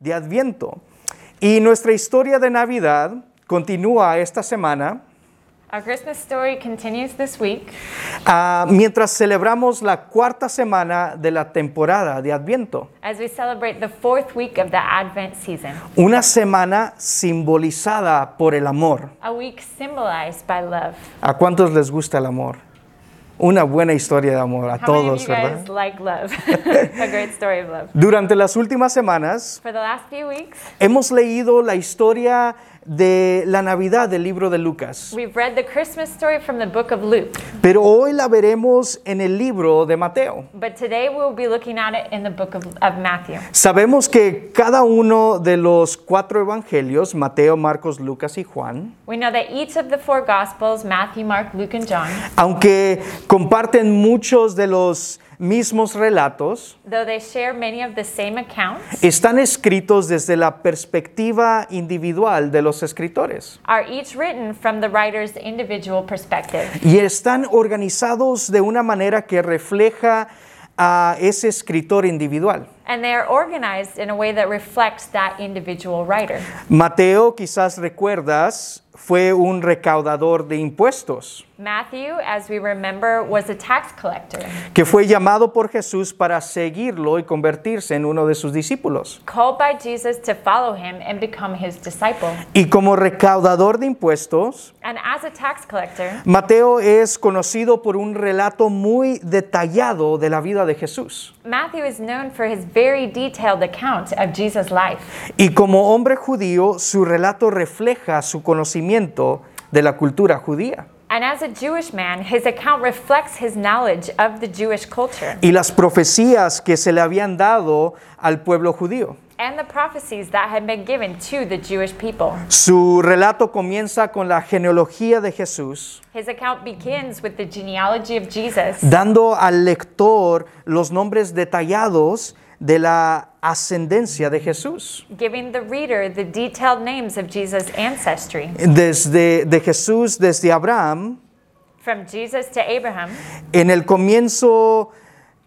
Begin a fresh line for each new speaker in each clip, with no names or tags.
de Adviento. Y nuestra historia de Navidad continúa esta semana
Our Christmas story continues this week
ah, mientras celebramos la cuarta semana de la temporada de Adviento.
as we celebrate the fourth week of the Advent season,
Una semana simbolizada por el amor.
a week symbolized by love.
¿A cuántos les gusta el amor? Una buena historia de amor, a
How many of
todos,
you
¿verdad?
guys like love? a great story of love.
Durante las últimas semanas
For the last few weeks,
hemos leído la historia de la Navidad del libro de Lucas,
we've read the Christmas story from the book of Luke,
pero hoy la veremos en el libro de Mateo.
but today we'll be looking at it in the book of, of Matthew.
Sabemos que cada uno de los cuatro evangelios, Mateo, Marcos, Lucas y Juan,
We know that each of the four Gospels, Matthew, Mark, Luke, and John,
aunque comparten muchos de los mismos relatos,
though they share many of the same accounts,
están escritos desde la perspectiva individual de los escritores
are each written from the writer's individual perspective.
y están organizados de una manera que refleja a ese escritor individual.
And they are organized in a way that reflects that individual writer.
Mateo, quizás recuerdas, fue un recaudador de impuestos
Matthew, as we remember, was a tax collector,
que fue llamado por Jesús para seguirlo y convertirse en uno de sus discípulos.
called by Jesus to follow him and become his disciple.
Y como recaudador de impuestos,
And as a tax collector,
Mateo es conocido por un relato muy detallado de la vida de Jesús.
Matthew is known for his very detailed account of Jesus' life.
Y como hombre judío, su relato refleja su conocimiento de la cultura judía
And as a Jewish man, his account reflects his knowledge of the Jewish culture
y las profecías que se le habían dado al pueblo judío.
and the prophecies that had been given to the Jewish people.
Su relato comienza con la genealogía de Jesús,
His account begins with the genealogy of Jesus,
dando al lector los nombres detallados de la ascendencia de Jesús,
giving the reader the detailed names of Jesus' ancestry,
desde de Jesús desde Abraham
from Jesus to Abraham.
En el comienzo,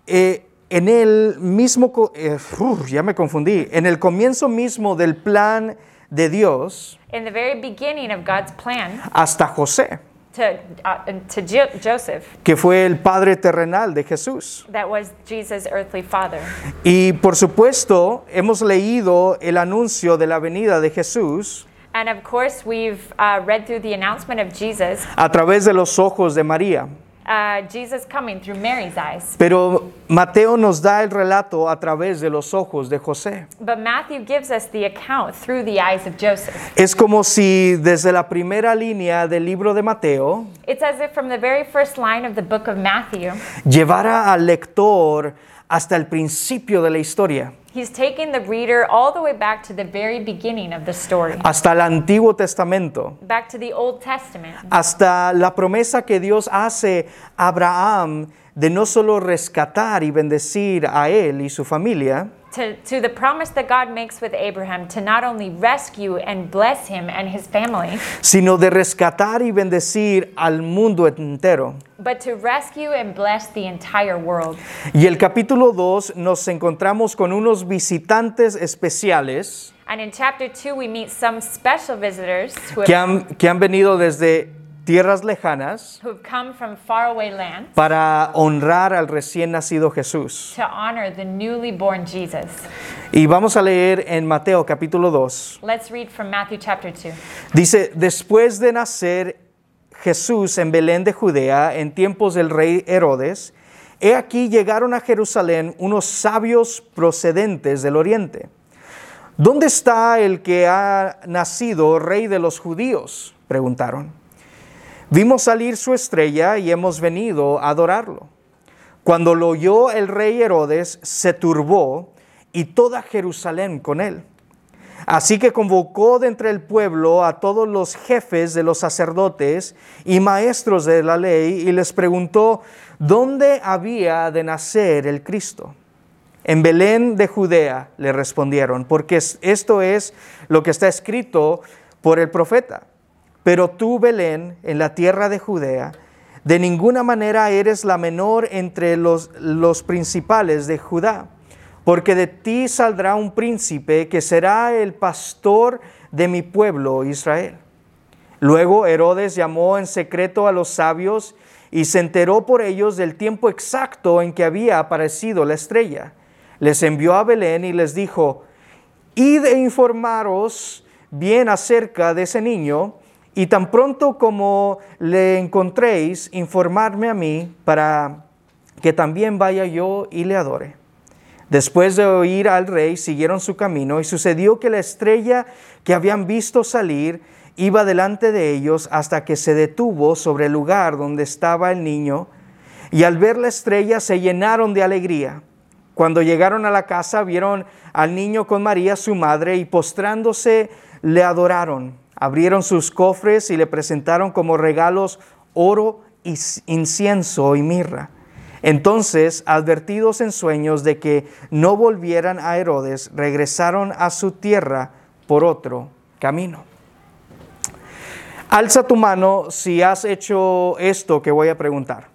eh, en el mismo, co- eh, uf, ya me confundí, en el comienzo mismo del plan de Dios
in the very beginning of God's plan
hasta José,
to, uh, to jo- Joseph,
que fue el padre terrenal de Jesús.
that was Jesus' earthly father.
Y por supuesto, hemos leído el anuncio de la venida de Jesús
And of course, we've uh, read through the announcement of Jesus,
a través de los ojos de María.
uh, Jesus coming through Mary's eyes.
Pero Mateo nos da el relato a través de los ojos de José.
But Matthew gives us the account through the eyes of Joseph.
Es como si desde la primera línea del libro de Mateo,
It's as if from the very first line of the book of Matthew,
llevara al lector hasta el principio de la historia,
he's taking the reader all the way back to the very beginning of the story,
hasta el Antiguo Testamento,
back to the Old Testament,
hasta la promesa que Dios hace a Abraham de no solo rescatar y bendecir a él y su familia,
to, to the promise that God makes with Abraham to not only rescue and bless him and his family.
sino de rescatar y bendecir al mundo entero.
but to rescue and bless the entire world.
Y el capítulo 2 nos encontramos con unos visitantes especiales
And in chapter 2, we meet some special visitors who
que
have,
han, que han venido desde tierras lejanas
who have come from faraway lands
para honrar al recién nacido Jesús.
to honor the newly born Jesus.
Y vamos a leer en Mateo capítulo 2.
Let's read from Matthew chapter 2.
Dice, después de nacer Jesús en Belén de Judea, en tiempos del rey Herodes, he aquí llegaron a Jerusalén unos sabios procedentes del oriente. ¿Dónde está el que ha nacido rey de los judíos? Preguntaron. Vimos salir su estrella y hemos venido a adorarlo. Cuando lo oyó el rey Herodes, se turbó y toda Jerusalén con él. Así que convocó de entre el pueblo a todos los jefes de los sacerdotes y maestros de la ley y les preguntó dónde había de nacer el Cristo. En Belén de Judea le respondieron, porque es- esto es lo que está escrito por el profeta. Pero tú, Belén, en la tierra de Judea, de ninguna manera eres la menor entre los, los principales de Judá, porque de ti saldrá un príncipe que será el pastor de mi pueblo Israel. Luego Herodes llamó en secreto a los sabios y se enteró por ellos del tiempo exacto en que había aparecido la estrella. Les envió a Belén y les dijo, Id e informaros bien acerca de ese niño, y tan pronto como le encontréis, informadme a mí para que también vaya yo y le adore. Después de oír al rey, siguieron su camino, y sucedió que la estrella que habían visto salir iba delante de ellos hasta que se detuvo sobre el lugar donde estaba el niño, y al ver la estrella se llenaron de alegría. Cuando llegaron a la casa vieron al niño con María, su madre, y postrándose le adoraron. Abrieron sus cofres y le presentaron como regalos oro, incienso y mirra. Entonces, advertidos en sueños de que no volvieran a Herodes, regresaron a su tierra por otro camino. Alza tu mano si has hecho esto que voy a preguntar.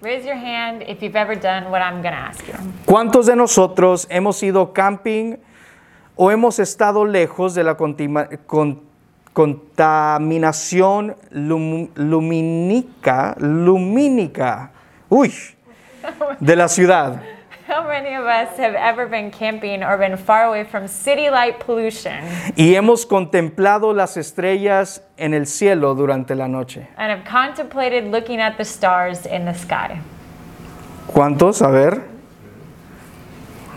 Raise your hand if you've ever done what I'm going to ask you.
¿Cuántos de nosotros hemos ido camping o hemos estado lejos de la contima- con- contaminación lum- lumínica, lumínica, uy, de la ciudad?
How many of us have ever been camping or been far away from city light pollution
Y hemos contemplado las estrellas en el cielo durante la noche.
and have contemplated looking at the stars in the sky?
¿Cuántos? A ver.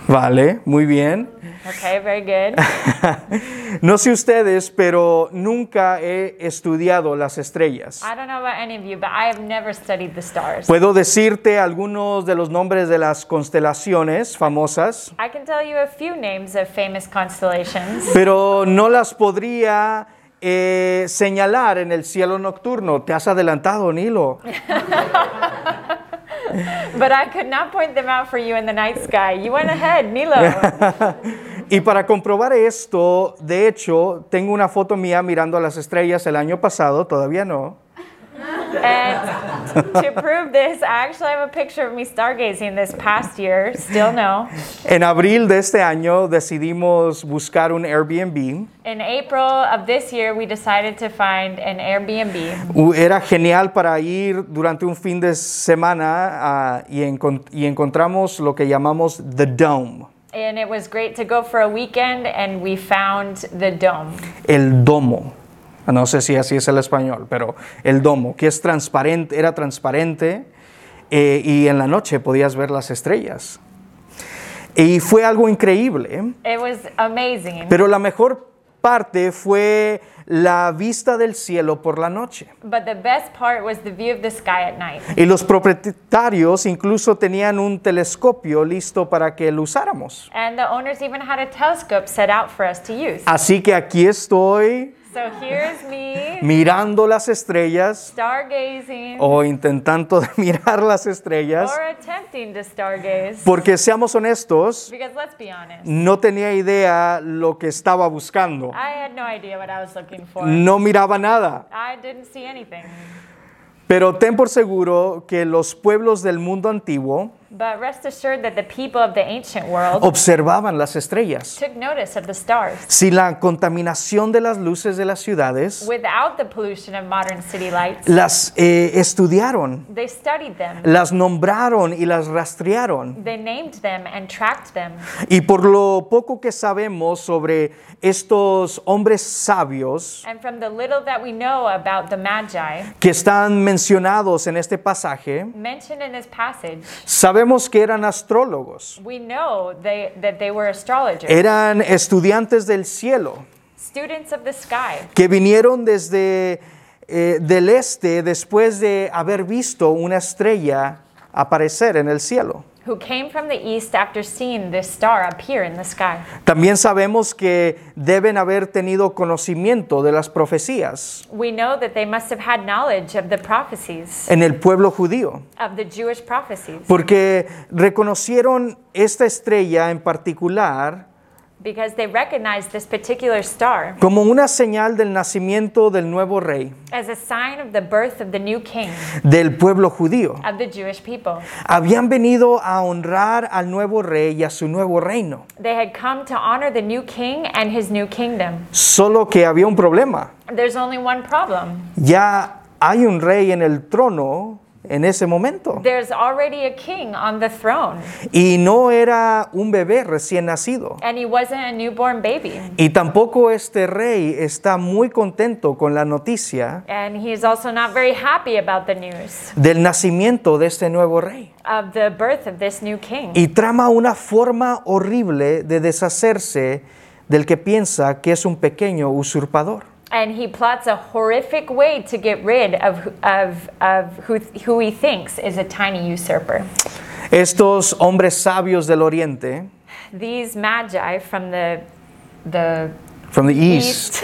Vale, muy bien.
Okay, very good.
No sé ustedes, pero nunca he estudiado las estrellas.
I don't know about any of you, but I have never studied the stars.
Puedo decirte algunos de los nombres de las constelaciones famosas,
I can tell you a few names of famous constellations,
pero no las podría eh, señalar en el cielo nocturno. Te has adelantado, Nilo.
but I could not point them out for you in the night sky. You went ahead, Nilo.
Y para comprobar esto, de hecho, tengo una foto mía mirando a las estrellas el año pasado, todavía no.
And to prove this, I actually have a picture of me stargazing this past year. Still no.
En abril de este año decidimos buscar un Airbnb.
In April of this year, we decided to find an Airbnb.
U- Era genial para ir durante un fin de semana ah, y, encon- y encontramos lo que llamamos The Dome,
And it was great to go for a weekend, and we found the dome.
el domo. Ah, No sé si así es el español, pero el domo, que es transparente, era transparente eh, y en la noche podías ver las estrellas. Y fue algo increíble,
It was amazing.
pero la mejor parte fue la vista del cielo por la noche.
But the best part was the view of the sky at night.
Y los propietarios incluso tenían un telescopio listo para que lo usáramos.
And the owners even had a telescope set out for us to use.
Así que aquí estoy
So here's me
mirando las estrellas
stargazing
o intentando de mirar las estrellas.
or attempting to stargaze.
Porque seamos honestos,
Because let's be honest,
no tenía idea lo que estaba buscando.
I had no idea what I was looking for.
No miraba nada.
I didn't see anything.
Pero ten por seguro que los pueblos del mundo antiguo
But rest assured that the people of the ancient
Oh.
world
observaban las estrellas.
took notice of the stars.
Sin la contaminación de las luces de las ciudades,
Without the pollution of modern city lights,
las eh, estudiaron.
they studied them,
las nombraron y las rastrearon.
they named them, and tracked them.
Y por lo poco que sabemos sobre estos hombres sabios
And from the little that we know about the Magi
que están mencionados en este pasaje,
mentioned in this passage,
sabemos que eran astrólogos,
we know they, that they were astrologers,
eran estudiantes del cielo,
students of the sky.
que vinieron desde eh, del este después de haber visto una estrella aparecer en el cielo.
who came from the east after seeing this star appear in the sky.
También sabemos que deben haber tenido conocimiento de las profecías
We know that they must have had knowledge of the prophecies,
en el pueblo judío.
of the Jewish prophecies,
porque reconocieron esta estrella en particular
because they recognized this particular star
como una señal del nacimiento del nuevo rey
as a sign of the birth of the new king
del pueblo judío.
of the Jewish people.
Habían venido a honrar al nuevo rey y a su nuevo reino,
They had come to honor the new king and his new kingdom.
solo que había un problema.
There's only one problem.
Ya hay un rey en el trono en ese momento
There's already a king on the throne,
y no era un bebé recién nacido.
and he wasn't a newborn baby.
Y tampoco este rey está muy contento con la noticia
And he's also not very happy about the news
del nacimiento de este nuevo rey.
of the birth of this new king.
Y trama una forma horrible de deshacerse del que piensa que es un pequeño usurpador.
And he plots a horrific way to get rid of, who- of, of who, who he thinks is a tiny usurper.
Estos hombres sabios del oriente,
These magi from the, the
from the east,
east,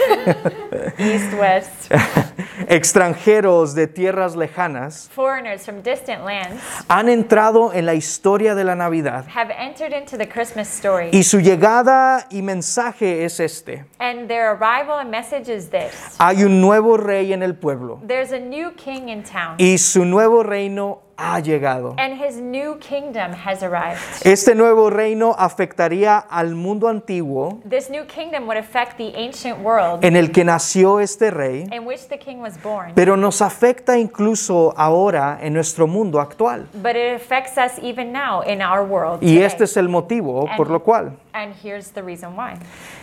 east west,
extranjeros de tierras lejanas,
foreigners from distant lands,
han entrado en la historia de la Navidad.
have entered into the Christmas story.
Y su llegada y mensaje es este.
And their arrival and message is this
Hay un nuevo rey en el pueblo
there's a new king in town,
y su nuevo reino ha llegado.
and his new kingdom has arrived.
Este nuevo reino afectaría al mundo antiguo
This new kingdom would affect the ancient world
en el que nació este rey,
in which the king was born,
pero nos afecta incluso ahora en nuestro mundo actual.
but it affects us even now in our world.
Y
today.
este es el motivo por lo cual.
And here's the reason why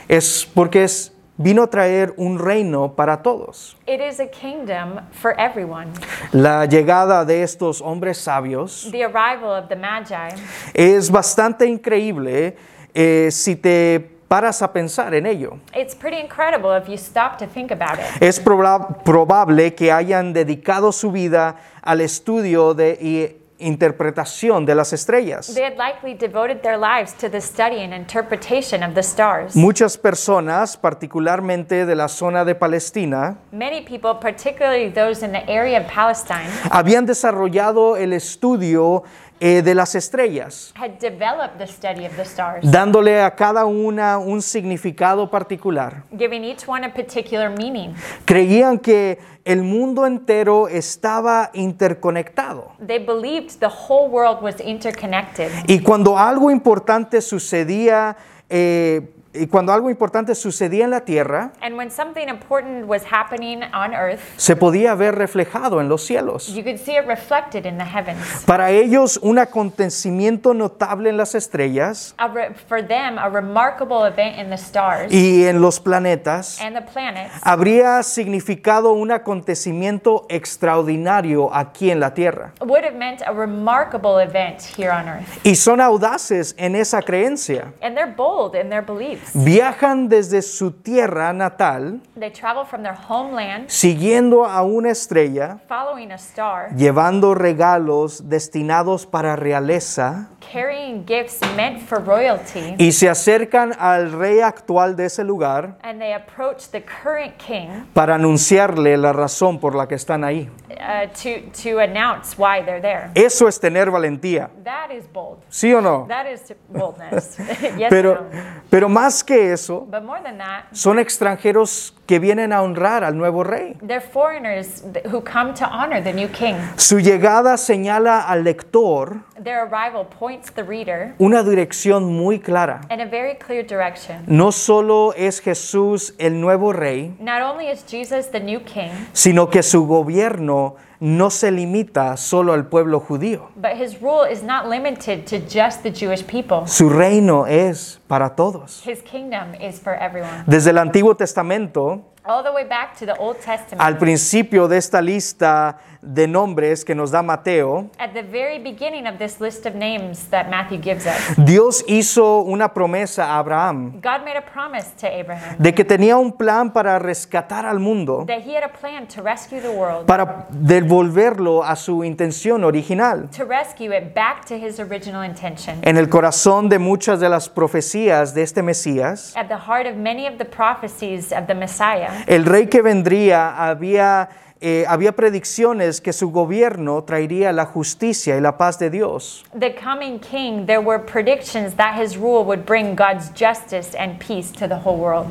Es porque es, vino a traer un reino para todos.
it is a kingdom for everyone.
La llegada de estos hombres sabios
The arrival of the Magi
es bastante increíble eh, si te paras a pensar en ello.
It's pretty incredible if you stop to think about it.
Es proba- probable que hayan dedicado su vida al estudio de, y interpretación de las estrellas.
They had likely devoted their lives to the study and interpretation of the stars.
Muchas personas, particularmente de la zona de Palestina,
Many people, particularly those in the area of Palestine,
habían desarrollado el estudio eh, de las estrellas,
had developed the study of the stars,
dándole a cada una un significado particular.
giving each one a particular meaning.
Creían que el mundo entero estaba interconectado.
They believed the whole world was interconnected.
Y cuando algo importante sucedía, eh, y cuando algo importante sucedía en la tierra,
And when something important was happening on earth,
se podía ver reflejado en los cielos.
you could see it reflected in the heavens.
Para ellos, un acontecimiento notable en las estrellas
A re- for them, a remarkable event in the stars
y en los planetas
and the planets
habría significado un acontecimiento extraordinario aquí en la tierra.
would have meant a remarkable event here on earth.
Y son audaces en esa creencia.
And they're bold in their beliefs.
Viajan desde su tierra natal
They travel from their homeland,
siguiendo a una estrella,
following a star,
llevando regalos destinados para realeza
carrying gifts meant for royalty,
y se acercan al rey actual de ese lugar
and they approach the current king
para anunciarle la razón por la que están ahí.
uh, to, to announce why they're there.
Eso es tener valentía,
That is bold.
¿sí o no?
That is boldness. yes,
Pero,
no.
pero más que eso,
But more than that,
son extranjeros que vienen a honrar al nuevo rey.
they're foreigners th- who come to honor the new king.
Su llegada señala al lector
Their arrival points the reader
una dirección muy clara.
in a very clear direction.
No solo es Jesús el nuevo rey,
Not only is Jesus the new king,
sino que su gobierno no se limita solo al pueblo judío.
but his rule is not limited to just the Jewish people.
Su reino es para todos.
His kingdom is for everyone.
Desde el Antiguo Testamento,
All the way back to the Old Testament.
al principio de esta lista de nombres que nos da Mateo,
At the very beginning of this list of names that Matthew gives us,
Dios hizo una promesa a Abraham
God made a promise to Abraham
de que tenía un plan para rescatar al mundo,
that he had a plan to rescue the world,
para devolverlo a su intención original.
to rescue it back to his original intention.
En el corazón de muchas de las profecías de este Mesías,
At the heart of many of the prophecies of the Messiah,
El rey que vendría había, eh, había predicciones que su gobierno traería la justicia y la paz de Dios.
The coming king, there were predictions that his rule would bring God's justice and peace to the whole world.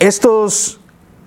Estos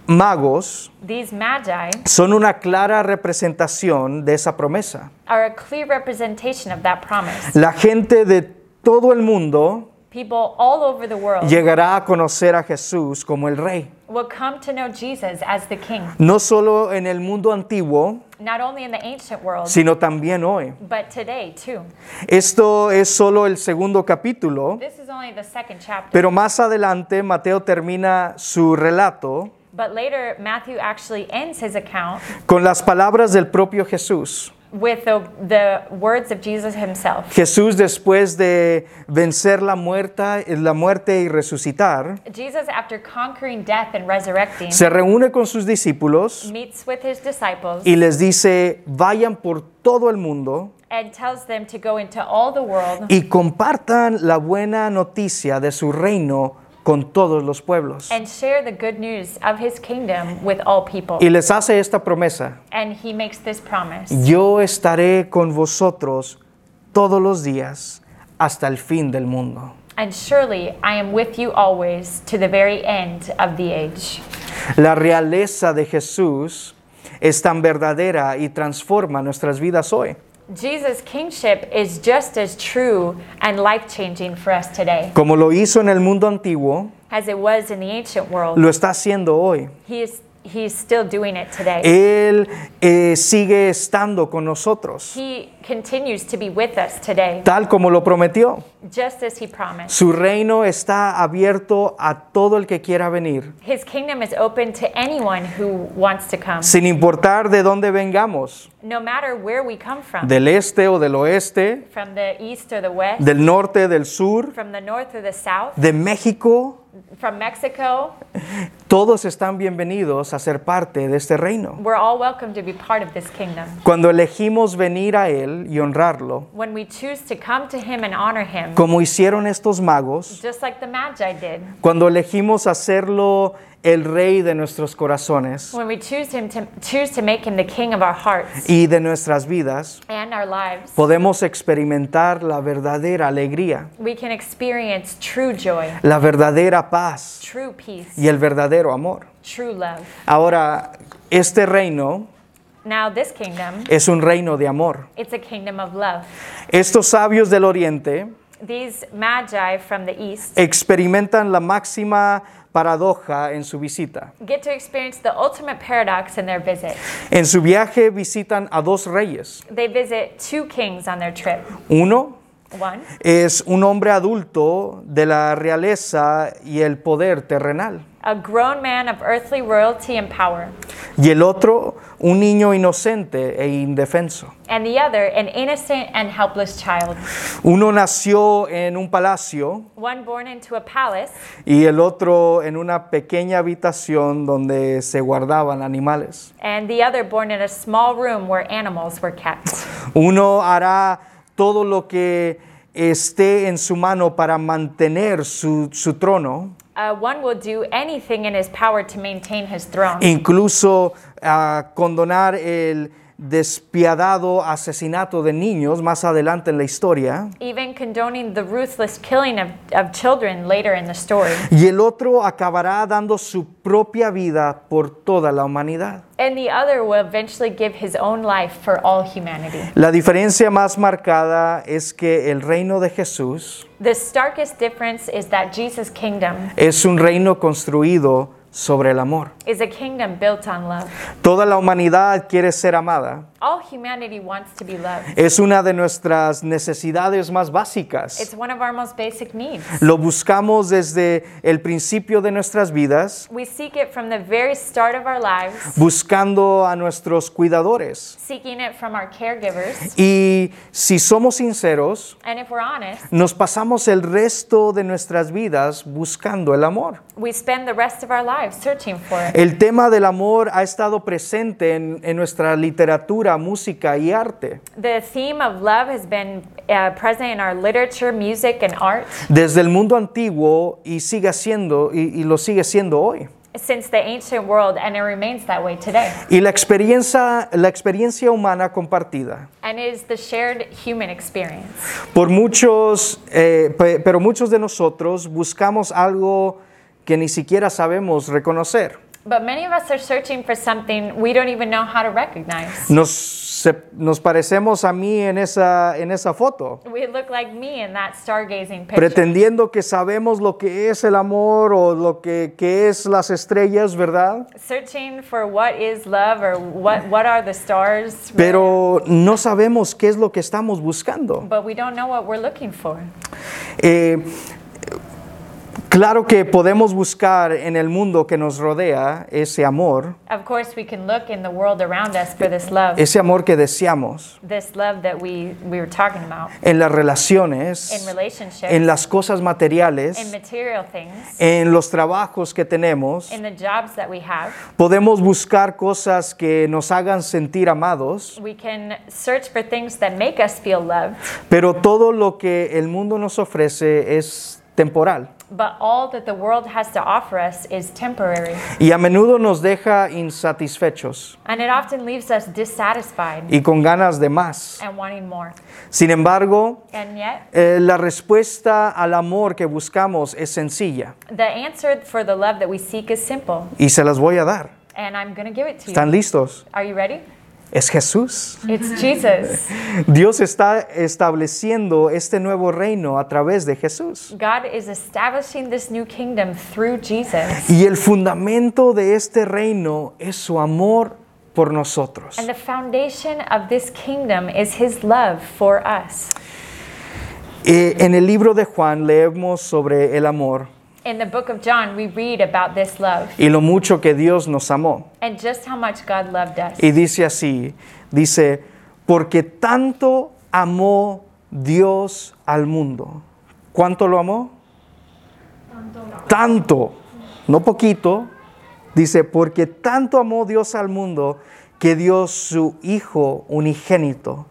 magos
These magi
son una clara representación de esa promesa.
are a clear representation of that promise.
La gente de todo el mundo
People all over the world
llegará a conocer a Jesús como el rey.
will come to know Jesus as the king,
No solo en el mundo antiguo,
not only in the ancient world,
sino también hoy.
but today too.
Esto es solo el segundo capítulo,
This is only the second chapter,
pero más adelante Mateo termina su relato
but later Matthew actually ends his account
con las palabras del propio Jesús.
with the, the words of Jesus himself.
Jesús después de vencer la muerte, la muerte y resucitar,
Jesus, after conquering death and resurrecting,
se reúne con sus discípulos
meets with his disciples
y les dice, vayan por todo el mundo
and tells them to go into all the world
y compartan la buena noticia de su reino con todos los pueblos.
and share the good news of his kingdom with all people.
Y les hace esta promesa,
And he makes this promise
yo estaré con vosotros todos los días hasta el fin del mundo.
And surely I am with you always to the very end of the age.
La realeza de Jesús es tan verdadera y transforma nuestras vidas hoy.
Jesus' kingship is just as true and life changing for us today
Como lo hizo en el mundo antiguo,
as it was in the ancient world.
lo está haciendo hoy.
He is, he is still doing it today.
Él eh, sigue estando con nosotros,
He continues to be with us today,
tal como lo prometió.
just as he promised.
Su reino está abierto a todo el que quiera venir,
His kingdom is open to anyone who wants to come,
sin importar de dónde vengamos,
no matter where we come from
del este o del oeste,
from the east or the west,
del norte, del sur,
from the north or the south,
de México.
from Mexico.
Todos están bienvenidos a ser parte de este reino.
We're all welcome to be part of this kingdom.
Cuando elegimos venir a Él y honrarlo,
When we choose to come to Him and honor Him,
como hicieron estos magos,
just like the Magi did,
cuando elegimos hacerlo el rey de nuestros corazones
when we choose Him to choose to make Him the King of our hearts
y de nuestras vidas,
and our lives,
podemos experimentar la verdadera alegría,
we can experience true joy,
la verdadera paz
true peace,
y el verdadero amor.
true love.
Ahora, este reino
Now, this kingdom,
es un reino de amor.
it's a kingdom of love.
Estos sabios del oriente
These Magi from the East
experimentan la máxima paradoja en su visita.
get to experience the ultimate paradox in their visit.
En su viaje visitan a dos reyes.
They visit two kings on their trip.
Uno
One
es un hombre adulto de la realeza y el poder terrenal.
a grown man of earthly royalty and power,
Y el otro, un niño inocente e indefenso.
and the other, an innocent and helpless child.
Uno nació en un palacio
One born into a palace,
y el otro en una pequeña habitación donde se guardaban animales.
and the other born in a small room where animals were kept.
Uno hará todo lo que esté en su mano para mantener su, su trono,
Uh, one will do anything in his power to maintain his throne,
incluso ah, condonar el despiadado asesinato de niños más adelante en la historia.
even condoning the ruthless killing of, of children later in the story.
Y el otro acabará dando su propia vida por toda la humanidad.
And the other will eventually give his own life for all humanity.
La diferencia más marcada es que el reino de Jesús
The starkest difference is that Jesus' kingdom
es un reino construido sobre el amor.
is a kingdom built on love.
Toda la humanidad quiere ser amada.
All humanity wants to be loved.
Es una de nuestras necesidades más básicas.
It's one of our most basic needs.
Lo buscamos desde el principio de nuestras vidas,
We seek it from the very start of our lives,
buscando a nuestros cuidadores.
seeking it from our caregivers.
Y si somos sinceros,
And if we're honest,
nos pasamos el resto de nuestras vidas buscando el amor.
we spend the rest of our lives searching for it.
El tema del amor ha estado presente en, en nuestra literatura, música y arte.
The theme of love has been uh, present in our literature, music, and art
Desde el mundo antiguo y sigue siendo, y- y lo sigue siendo hoy.
since the ancient world, and it remains that way today.
y la experiencia, la experiencia humana compartida.
And it is the shared human experience.
Por muchos, eh, pe- pero muchos de nosotros buscamos algo que ni siquiera sabemos reconocer.
But many of us are searching for something we don't even know how to recognize.
Nos, se- nos parecemos a mí en esa, en esa foto,
We look like me in that stargazing picture,
pretendiendo que sabemos lo que es el amor o lo que, que es las estrellas, ¿verdad?
searching for what is love or what, what are the stars,
Pero no sabemos qué es lo que estamos buscando.
but we don't know what we're looking for.
Eh, claro que podemos buscar en el mundo que nos rodea ese amor,
Of course, we can look in the world around us for this love,
ese amor que deseamos.
this love that we, we were talking about
en las relaciones,
in relationships,
en las cosas
in
materiales,
material things,
en los trabajos que tenemos.
in the jobs that we have.
Podemos buscar cosas que nos hagan sentir amados,
We can search for things that make us feel loved,
pero todo lo que el mundo nos ofrece es temporal
but all that the world has to offer us is temporary.
y a menudo nos deja insatisfechos
And it often leaves us dissatisfied
y con ganas de más.
and wanting more.
Sin embargo,
And yet,
eh, la respuesta al amor que buscamos es sencilla
the answer for the love that we seek is simple,
y se las voy a dar.
and I'm going to give it to you.
¿Están listos?
Are you ready?
Es Jesús.
It's Jesus.
Dios está estableciendo este nuevo reino a través de Jesús.
God is establishing this new kingdom through Jesus.
Y el fundamento de este reino es su amor por nosotros.
And the foundation of this kingdom is his love for us.
Eh, en el libro de Juan leemos sobre el amor
In the book of John, we read about this love
y lo mucho que Dios nos amó.
and just how much God loved us.
Y dice así, dice, porque tanto amó Dios al mundo. ¿Cuánto lo amó? Tanto, no poquito. Dice, porque tanto amó Dios al mundo que dio su Hijo unigénito,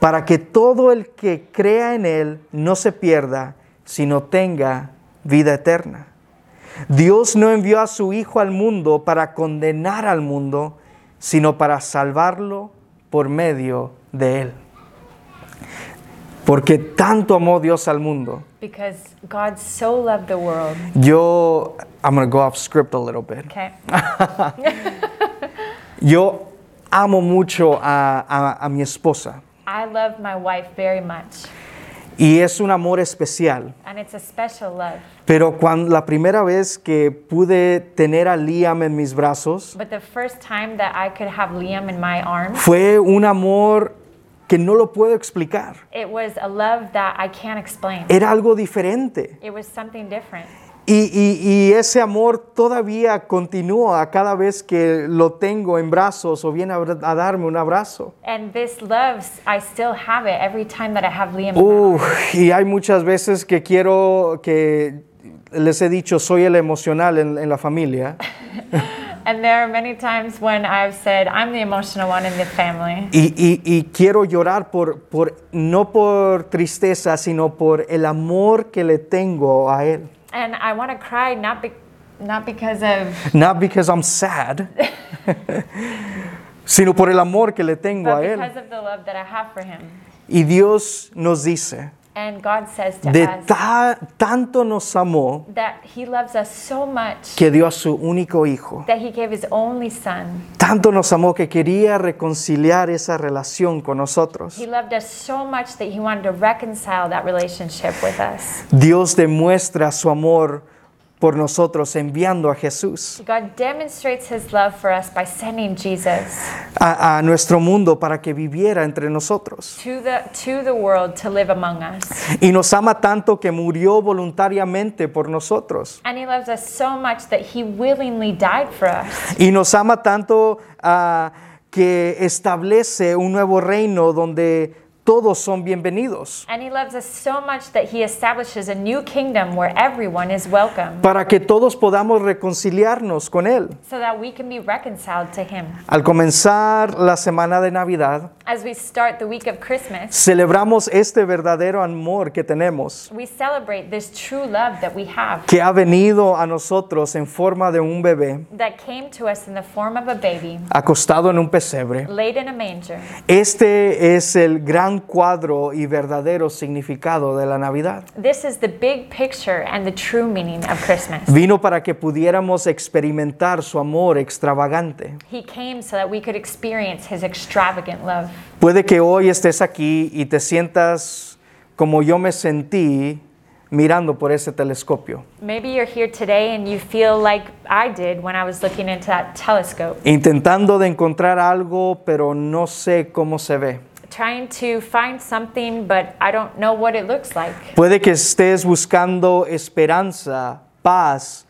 para que todo el que crea en Él no se pierda, sino tenga vida eterna. Dios no envió a su Hijo al mundo para condenar al mundo, sino para salvarlo por medio de Él. Porque tanto amó Dios al mundo.
Because God so loved the world.
Yo, I'm going to go off script a little bit.
Okay.
Yo amo mucho a, a- a mi esposa
I love my wife very much,
y es un amor especial.
and it's a special love.
Pero cuando la primera vez que pude tener a Liam en mis brazos
But the first time that I could have Liam in my arms,
fue un amor que no lo puedo explicar.
it was a love that I can't explain.
Era algo diferente.
It was something different.
Y, y- y ese amor todavía continúa cada vez que lo tengo en brazos o viene a, abra- a darme un abrazo.
And this love, I still have it every time that I have Liam. in my
Uf, y hay muchas veces que quiero que les he dicho, soy el emocional en, en la familia.
And there are many times when I've said, I'm the emotional one in the family.
Y, y- y quiero llorar por, por, no por tristeza, sino por el amor que le tengo a él.
And I want to cry not, be- not because of,
Not because I'm sad, sino por el amor que le tengo
but
a él.
because of the love that I have for him.
Y Dios nos dice,
And God says to
de
us
ta- tanto nos amó
that he loves us so much
que dio a su único hijo.
that he gave his only son.
Tanto nos amó que quería reconciliar esa relación con nosotros.
He loved us so much that he wanted to reconcile that relationship with us.
Dios demuestra su amor por nosotros enviando a Jesús
God demonstrates his love for us by sending Jesus
a, a nuestro mundo para que viviera entre nosotros.
to the, to the world to live among us.
Y nos ama tanto que murió voluntariamente por nosotros.
And he loves us so much that he willingly died for us.
Y nos ama tanto ah, que establece un nuevo reino donde todos son bienvenidos,
And he loves us so much that he establishes a new kingdom where everyone is welcome
para que todos podamos reconciliarnos con Él.
so that we can be reconciled to him.
Al comenzar la semana de Navidad,
As we start the week of Christmas,
celebramos este verdadero amor que tenemos,
we celebrate this true love that we have
que ha venido a nosotros en forma de un bebé
that came to us in the form of a baby
acostado en un pesebre.
laid in a manger.
Este es el gran cuadro y verdadero significado de la Navidad.
This is the big picture and the true meaning of Christmas.
Vino para que pudiéramos experimentar su amor extravagante.
He came so that we could experience his extravagant love.
Puede que hoy estés aquí y te sientas como yo me sentí mirando por ese telescopio,
Maybe you're here today and you feel like I did when I was looking into that telescope,
intentando de encontrar algo, pero no sé cómo se ve.
trying to find something, but I don't know what it looks like.
Puede que estés buscando esperanza, paz,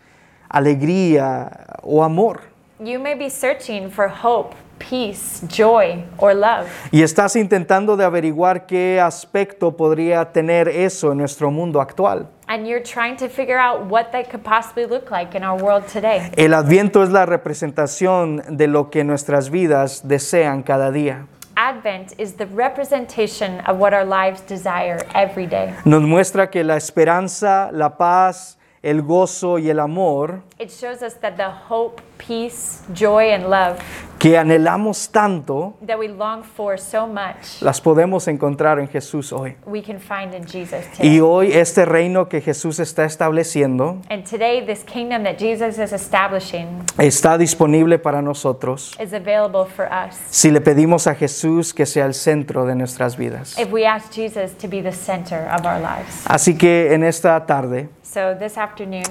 alegría o amor.
You may be searching for hope, peace, joy, or love,
Y estás intentando de averiguar qué aspecto podría tener eso en nuestro mundo actual.
and you're trying to figure out what that could possibly look like in our world today.
El adviento es la representación de lo que nuestras vidas desean cada día.
Advent is the representation of what our lives desire every day.
Nos muestra que la esperanza, la paz, el gozo y el amor
It shows us that the hope, peace, joy, and love
que anhelamos tanto,
that we long for so much,
las podemos encontrar en Jesús hoy.
we can find in Jesus today.
Y hoy este reino que Jesús está estableciendo
And today, this kingdom that Jesus is establishing
está disponible para nosotros
is available for us
si le pedimos a Jesús que sea el centro de nuestras vidas.
if we ask Jesus to be the center of our lives.
Así que en esta tarde,
So, this afternoon,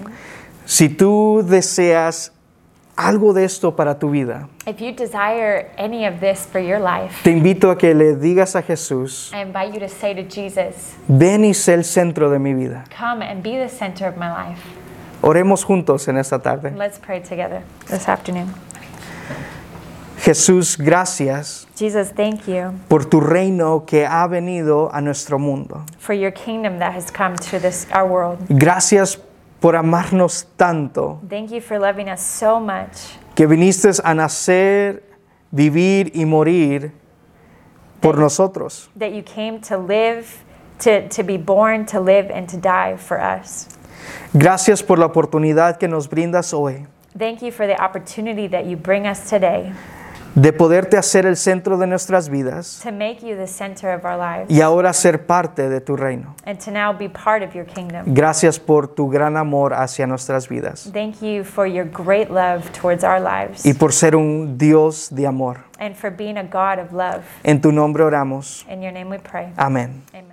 si tú deseas algo de esto para tu vida,
if you desire any of this for your life,
te invito a que le digas a Jesús,
I invite you to say to Jesus,
ven y sé el centro de mi vida.
Come and be the center of my life.
Oremos juntos en esta tarde.
Let's pray together this afternoon.
Jesús, gracias
Jesus, thank you
por tu reino que ha venido a nuestro mundo.
for your kingdom that has come to this our world.
Gracias por amarnos tanto,
Thank you for loving us so much
que viniste a nacer, vivir y morir por nosotros.
that you came to live, to, to be born, to live, and to die for us.
Gracias por la oportunidad que nos brindas hoy
Thank you for the opportunity that you bring us today
de poderte hacer el centro de nuestras vidas
to make you the center of our lives
y ahora ser parte de tu reino.
and to now be part of your kingdom.
Gracias por tu gran amor hacia nuestras vidas
Thank you for your great love towards our lives
y por ser un Dios de amor.
and for being a God of love.
En tu nombre oramos.
In your name we pray.
Amén.
Amen.